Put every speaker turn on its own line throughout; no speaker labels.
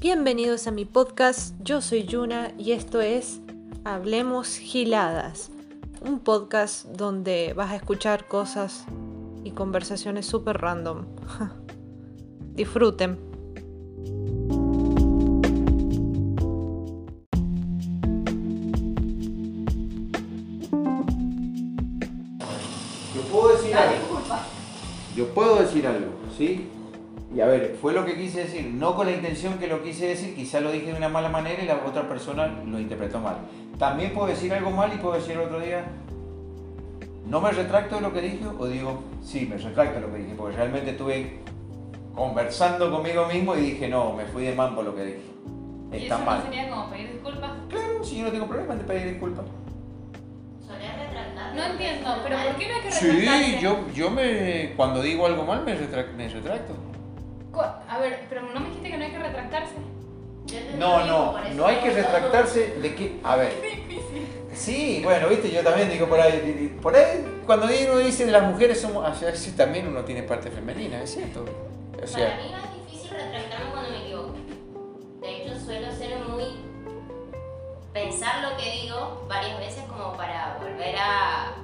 Bienvenidos a mi podcast, yo soy Yuna y esto es Hablemos Giladas, un podcast donde vas a escuchar cosas y conversaciones súper random. Disfruten.
Yo puedo decir algo. Yo puedo decir algo, ¿sí? Y a ver, fue lo que quise decir, no con la intención que lo quise decir, quizá lo dije de una mala manera y la otra persona lo interpretó mal. También puedo decir algo mal y puedo decir otro día, no me retracto de lo que dije o digo, sí, me retracto de lo que dije, porque realmente estuve conversando conmigo mismo y dije, no, me fui de mambo lo que dije.
¿Y
Está
eso
mal.
no sería como pedir disculpas?
Claro, si yo no tengo problema de pedir disculpas.
Solía retratar.
No entiendo, pero ¿por qué no hay que retractarse?
Sí, yo, yo me, cuando digo algo mal me, retrac- me retracto.
Co- A ver, pero no me dijiste que no hay que retractarse.
Yo te
No,
digo,
no,
por eso
no hay que
no-
retractarse de que. A ver. Sí, bueno, viste, yo también digo por ahí. di- di- Por ahí, cuando uno dice de las mujeres somos. O sea, sí, también uno tiene parte femenina, es cierto. O
Para
sea,
mí no es difícil retractarme cuando me equivoco. De hecho, suelo ser muy. pensar lo que digo varias veces como para volver a.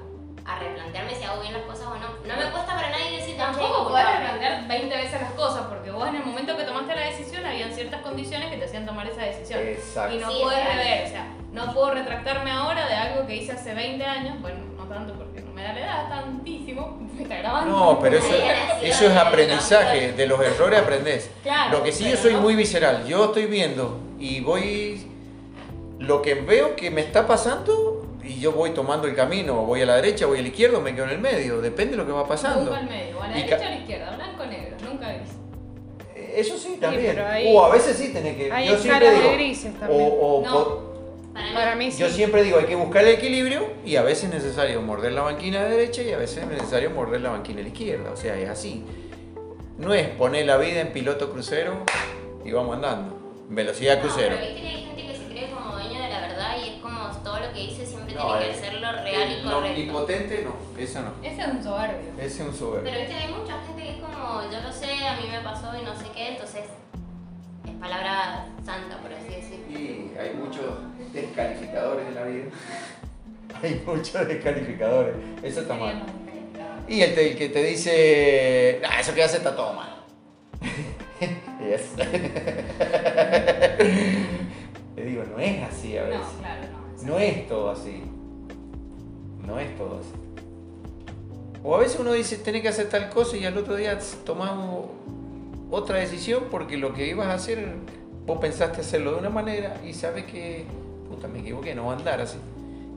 a replantearme si hago bien las cosas o no. No me cuesta para nadie decir
Tampoco
"Che,
podés
disculpa".
replantear 20 veces las cosas, porque vos en el momento que tomaste la decisión habían ciertas condiciones que te hacían tomar esa decisión.
Exacto.
Y no
Sí,
podés
claro.
rever, o sea, no puedo retractarme ahora de algo que hice hace 20 años, bueno, no tanto porque no me da la edad tantísimo, me está grabando.
No, pero eso,
Ahí
eso es
nació el
aprendizaje, de los errores aprendés.
Claro,
Lo que sí yo
pero
soy
no.
muy visceral, yo estoy viendo y voy, lo que veo que me está pasando y yo voy tomando el camino, voy a la derecha, voy a la izquierda, o me quedo en el medio, depende de lo que va pasando.
Nunca al medio, a la
Y ca-
derecha o a la izquierda, blanco o negro, nunca gris.
Eso sí, también.
pero ahí-
o a veces sí tenés que.
Hay
yo siempre
escalas de
digo.
grises
o,
también.
o
No.
po-
Para
Para
mí.
mí sí.
Yo siempre digo, hay que buscar el equilibrio y a veces es necesario morder la banquina de derecha y a veces es necesario morder la banquina de la izquierda. O sea, es así. No es poner la vida en piloto crucero y vamos andando. Velocidad
No,
crucero.
pero viste que hay gente que se cree como dueño de la verdad y es como todo lo que dice siempre
No,
tiene que
es-
hacerlo real y
No,
correcto.
Omnipotente no, eso no.
Ese es un soberbio.
Ese es un soberbio.
Pero viste, hay mucha gente que es como, yo lo sé, a mí me pasó y no sé qué, entonces es palabra santa, por así decirlo.
Y hay muchos descalificadores en la vida. hay muchos descalificadores. Eso está mal. Y el, te- el que te dice, "Nah, eso que hace está todo mal. Yes. Te digo, no es así a veces.
No, claro, no.
No es todo así. No es todo así. O a veces uno dice, tenés que hacer tal cosa y al otro día tomamos otra decisión porque lo que ibas a hacer, vos pensaste hacerlo de una manera y sabes que, puta, me equivoqué, no va a andar así.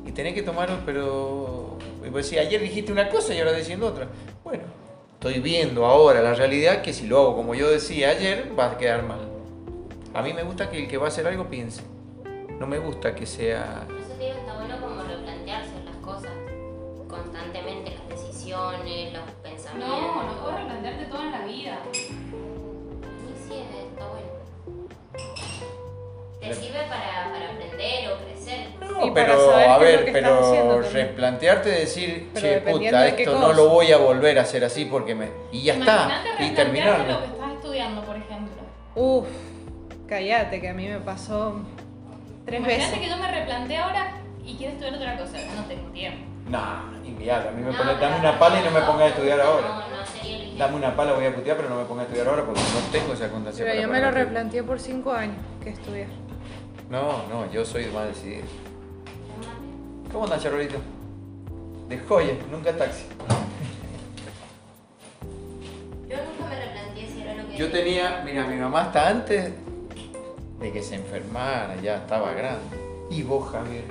Y tenés que tomarlo, pero, y vos decís, ayer dijiste una cosa y ahora estás diciendo otra. Bueno, estoy viendo ahora la realidad que si lo hago como yo decía ayer, va a quedar mal. A mí me gusta que el que va a hacer algo piense. No me gusta que sea
Por eso te digo, está bueno como replantearse las cosas constantemente, las decisiones, los pensamientos.
No, no puedes replantearte todo en la vida.
Y sí, es- está bueno. Te
Claro.
sirve para, para aprender o crecer.
No,
Y para
pero
saber
a
qué es lo que
ver,
estás haciendo
pero
también.
replantearte decir,
Pero
che,
dependiendo
puta,
de qué
esto no
cosa".
lo voy a volver a hacer así porque me. Y ya
Imagínate
está, y
replantearte lo que
terminarlo.
estás estudiando, por ejemplo.
Uf, cállate, que a mí me pasó tres
Imagínate
veces.
que yo me replanteé ahora y quiero estudiar otra cosa. No tengo tiempo.
Nah, inviable, a mí me
No,
pone,
pero-
dame una pala y no me ponga a estudiar ahora.
No, no sería el
Dame una pala, voy a putear, pero no me ponga a estudiar ahora porque no tengo esa condición.
Pero
para
yo me lo
ponerme a
replanteé por cinco años que estudiar.
estudiar. No, no, yo soy más decidido. ¿Cómo andas, Charolito? De joya, nunca taxi.
Yo nunca me replanteé si era lo que
Yo tenía, mira, mi mamá hasta antes de que se enfermara, ya estaba grande. ¿Y vos, Javier?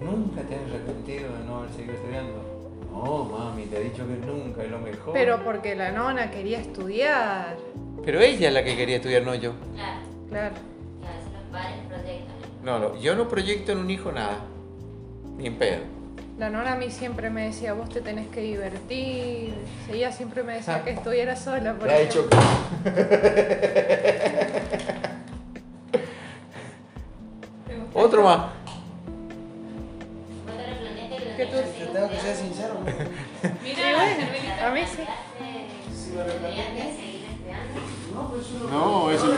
¿Nunca te has arrepentido de no haber seguido estudiando? No, mami, te he dicho que nunca es lo mejor.
Pero porque la nona quería estudiar.
Pero ella es la que quería estudiar, no yo.
Claro,
Claro.
claro, si los padres proyectan.
No, no, yo no proyecto en un hijo nada. Ni en pedo.
La nona a mí siempre me decía, vos te tenés que divertir. Ella siempre me decía que estuviera sola. por
Te Ah. ha
ejemplo.
hecho. Otro más.
¿Vos te replanteaste que lo
Que tú-
tenías que estudiar?
sincero.
Mira,
bueno.
Carmelita.
A mí sí.
¿Tendrías que seguir estudiando?
No, eso